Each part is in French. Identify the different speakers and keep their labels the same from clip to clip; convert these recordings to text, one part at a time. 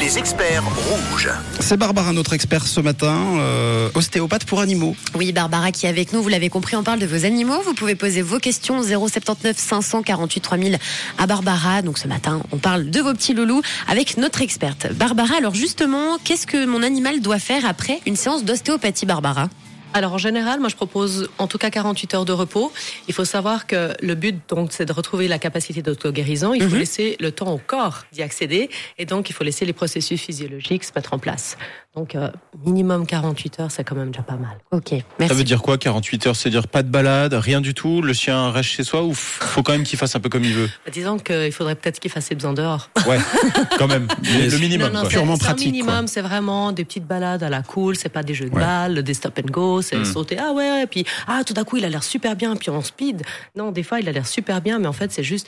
Speaker 1: les experts rouges.
Speaker 2: C'est Barbara, notre expert ce matin, euh, ostéopathe pour animaux.
Speaker 3: Oui, Barbara qui est avec nous, vous l'avez compris, on parle de vos animaux. Vous pouvez poser vos questions au 079 548 3000 à Barbara. Donc ce matin, on parle de vos petits loulous avec notre experte. Barbara, alors justement, qu'est-ce que mon animal doit faire après une séance d'ostéopathie, Barbara
Speaker 4: Alors en général, moi je propose en tout cas 48 heures de repos. Il faut savoir que le but donc c'est de retrouver la capacité d'auto-guérison. Il faut
Speaker 3: Mhm.
Speaker 4: laisser le temps au corps d'y accéder et donc il faut laisser les processus physiologiques se mettre en place. Donc euh, minimum 48 heures, c'est quand même déjà pas mal.
Speaker 3: Ok,
Speaker 5: Ça veut
Speaker 3: merci.
Speaker 5: dire quoi 48 heures C'est-à-dire pas de balade, rien du tout Le chien reste chez soi ou f- faut quand même qu'il fasse un peu comme il veut
Speaker 4: Bah, disons qu'il faudrait peut-être qu'il fasse ses besoins dehors.
Speaker 5: Ouais, quand même. Le le minimum.
Speaker 4: non, non,
Speaker 5: quoi.
Speaker 4: c'est-
Speaker 2: Purement
Speaker 4: c'est un
Speaker 2: pratique, quoi.
Speaker 4: minimum, c'est vraiment des petites balades à la cool, c'est pas des jeux de
Speaker 2: Ouais. Hmm.
Speaker 4: balles, des stop and go, c'est
Speaker 5: Mm.
Speaker 4: sauter, ah ouais, ouais, puis ah, tout d'un coup, il a l'air super bien, puis on speed. Non, des fois, il a l'air super bien, mais en fait, c'est juste,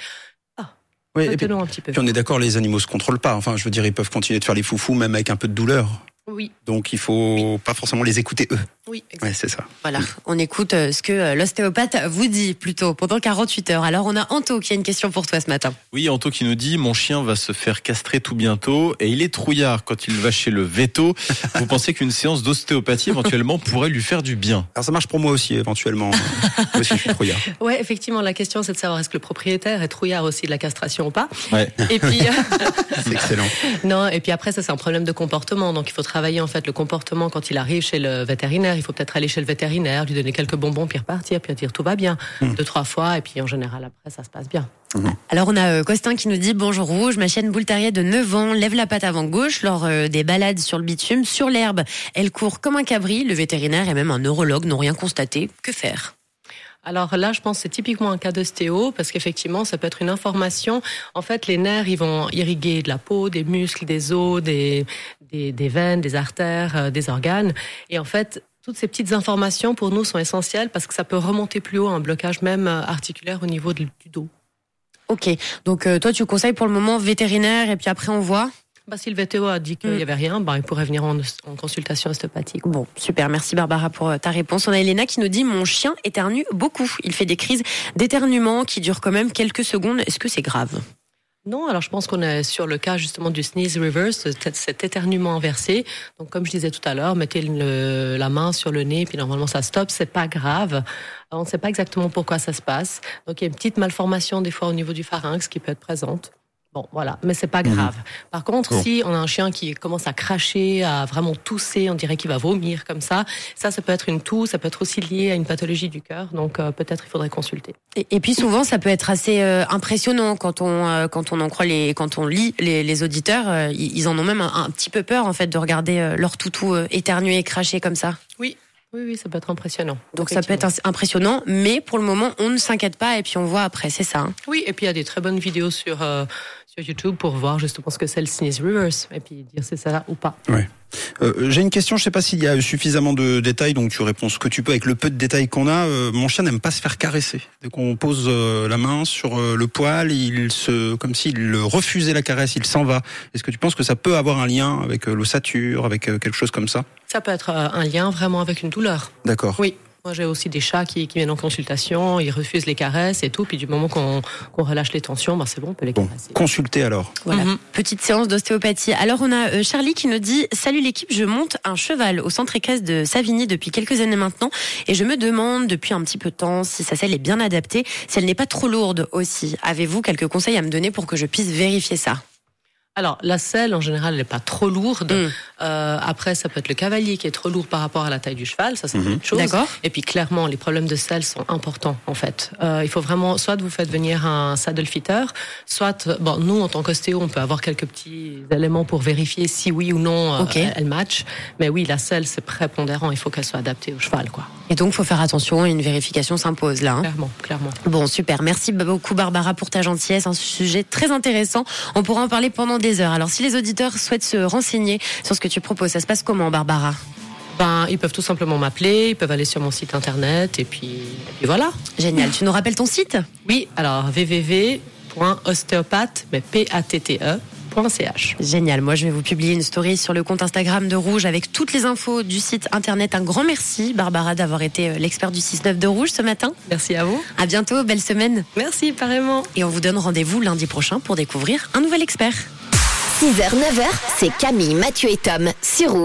Speaker 2: Oui, et puis,
Speaker 4: retenons un petit peu.
Speaker 2: puis on est d'accord, les animaux se contrôlent pas. Enfin, je veux dire, ils peuvent continuer de faire les foufous même avec un peu de douleur.
Speaker 4: Oui,
Speaker 2: Donc il faut pas forcément les écouter eux.
Speaker 4: oui, exactement.
Speaker 2: Ouais, c'est ça.
Speaker 3: Voilà, on écoute euh, ce que euh, l'ostéopathe vous dit plutôt pendant 48 heures. Alors on a Anto qui a une question pour toi ce matin.
Speaker 5: Oui, Anto qui nous dit Mon chien va se faire castrer tout bientôt et il est trouillard quand il va chez le veto. Vous pensez qu'une séance d'ostéopathie éventuellement pourrait lui faire du bien
Speaker 2: Alors ça marche pour moi aussi éventuellement. moi aussi, je suis trouillard.
Speaker 4: Ouais, effectivement, la question, c'est de savoir est-ce que le propriétaire est trouillard aussi de la castration ou pas.
Speaker 5: Ouais.
Speaker 4: Et puis,
Speaker 2: C'est excellent.
Speaker 4: non, et puis après, ça, c'est un problème de comportement. Donc, il faut travailler, en fait, le comportement quand il arrive chez le vétérinaire. Il faut peut-être aller chez le vétérinaire, lui donner quelques bonbons, puis repartir, puis dire tout va bien. Deux, trois fois, et puis en général, après, ça se passe bien.
Speaker 3: Alors on a euh, Costin qui nous dit bonjour rouge, ma chienne Boultaria de 9 ans lève la patte avant gauche lors euh, des balades sur le bitume, sur l'herbe. Elle court comme un cabri, le vétérinaire et même un neurologue n'ont rien constaté. Que faire
Speaker 4: Alors là, je pense que c'est typiquement un cas d'ostéo parce qu'effectivement, ça peut être une information. En fait, les nerfs, ils vont irriguer de la peau, des muscles, des os, des, des, des veines, des artères, euh, des organes. Et en fait, toutes ces petites informations pour nous sont essentielles parce que ça peut remonter plus haut à un blocage même euh, articulaire au niveau de- du dos.
Speaker 3: Ok, donc euh, toi tu conseilles pour le moment vétérinaire et puis après on voit
Speaker 4: Bah, si le VTO a dit qu'il
Speaker 3: Mm.
Speaker 4: n'y avait rien, bah, il pourrait venir en, os- en consultation ostéopathique.
Speaker 3: Bon, super, merci Barbara pour euh, ta réponse. On a Elena qui nous dit mon chien éternue beaucoup, il fait des crises d'éternuement qui durent quand même quelques secondes. Est-ce que c'est grave
Speaker 4: Non, alors je pense qu'on est sur le cas justement du sneeze reverse, cet- cet éternuement inversé. Donc comme je disais tout à l'heure, mettez le- la main sur le nez, puis normalement ça stoppe, c'est pas grave. Euh, On ne sait pas exactement pourquoi ça se passe. Donc il y a une petite malformation des fois au niveau du pharynx qui peut être présente. Bon, voilà, mais c'est pas grave. Par contre,
Speaker 5: Bon.
Speaker 4: si on a un chien qui commence à cracher, à vraiment tousser, on dirait qu'il va vomir comme ça, ça, ça peut être une toux, ça peut être aussi lié à une pathologie du cœur. Donc euh, peut-être il faudrait consulter.
Speaker 3: Et, et puis souvent, ça peut être assez euh, impressionnant quand on euh, quand on en croit les quand on lit les, les auditeurs, euh, ils, ils en ont même un, un petit peu peur en fait de regarder euh, leur toutou euh, éternuer et cracher comme ça.
Speaker 4: Oui, oui, ça peut être impressionnant.
Speaker 3: Donc ça peut être ins- impressionnant, mais pour le moment, on ne s'inquiète pas et puis on voit après, c'est ça. hein.
Speaker 4: Oui, et puis il y a des très bonnes vidéos sur, euh, sur YouTube pour voir justement ce que c'est le sneeze reverse et puis dire c'est ça ou pas.
Speaker 2: Euh, J'ai une question, je sais pas s'il y a suffisamment de détails, donc tu réponds ce que tu peux avec le peu de détails qu'on a. Euh, mon chien n'aime pas se faire caresser. Dès qu'on pose euh, la main sur euh, le poil, il se, comme s'il refusait la caresse, il s'en va. Est-ce que tu penses que ça peut avoir un lien avec euh, l'ossature, avec euh, quelque chose comme ça
Speaker 4: Ça peut être euh, un lien vraiment avec une douleur.
Speaker 2: D'accord.
Speaker 4: Oui. Moi, j'ai aussi des chats qui, qui viennent en consultation, ils refusent les caresses et tout, puis du moment qu'on qu'on relâche les tensions, ben c'est bon, on peut les
Speaker 2: Bon,
Speaker 4: caresser.
Speaker 2: consultez alors.
Speaker 3: Voilà,
Speaker 4: Mhm.
Speaker 3: petite séance d'ostéopathie. Alors on a euh, Charlie qui nous dit "Salut l'équipe, je monte un cheval au centre équestre de Savigny depuis quelques années maintenant et je me demande depuis un petit peu de temps si sa selle est bien adaptée, si elle n'est pas trop lourde aussi. Avez-vous quelques conseils à me donner pour que je puisse vérifier ça
Speaker 4: Alors, la selle, en général, elle n'est pas trop lourde.
Speaker 3: Mm.
Speaker 4: Euh, après, ça peut être le cavalier qui est trop lourd par rapport à la taille du cheval, ça c'est
Speaker 2: Mhm.
Speaker 4: une chose.
Speaker 3: Mm-hmm. D'accord.
Speaker 4: Et puis clairement, les problèmes de selle sont importants en fait. Euh, il faut vraiment soit vous faites venir un saddle fitter, soit euh, bon nous en tant qu'ostéo, on peut avoir quelques petits éléments pour vérifier si oui ou non euh,
Speaker 3: Ok.
Speaker 4: elle match. Mais oui, la selle c'est prépondérant. Il faut qu'elle soit adaptée au cheval quoi.
Speaker 3: Et donc, faut faire attention, une vérification s'impose là. hein.
Speaker 4: Clairement, clairement.
Speaker 3: Bon, super. Merci beaucoup, Barbara, pour ta gentillesse. Un sujet très intéressant. On pourra en parler pendant des heures. Alors, si les auditeurs souhaitent se renseigner sur ce que tu proposes, ça se passe comment, Barbara
Speaker 4: Ben ils peuvent tout simplement m'appeler, ils peuvent aller sur mon site internet et puis, et puis voilà.
Speaker 3: Génial. Tu nous rappelles ton site
Speaker 4: Oui, alors www.ostéopathe mais p a t t e .ch.
Speaker 3: Génial. Moi, je vais vous publier une story sur le compte Instagram de Rouge avec toutes les infos du site internet. Un grand merci, Barbara, d'avoir été euh, l'expert du 6-9 de Rouge ce matin.
Speaker 4: Merci à vous.
Speaker 3: À bientôt. Belle semaine.
Speaker 4: Merci, pareillement.
Speaker 3: Et on vous donne rendez-vous lundi prochain pour découvrir un nouvel expert.
Speaker 1: 6h, 9h, c'est Camille, Mathieu et Tom sur Rouge.